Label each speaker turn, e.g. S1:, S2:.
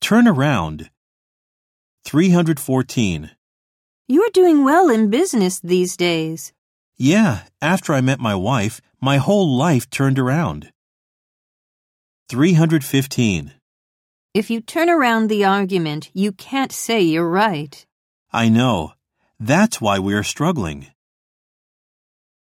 S1: Turn around. 314.
S2: You're doing well in business these days.
S1: Yeah, after I met my wife, my whole life turned around. 315.
S2: If you turn around the argument, you can't say you're right.
S1: I know. That's why we are struggling.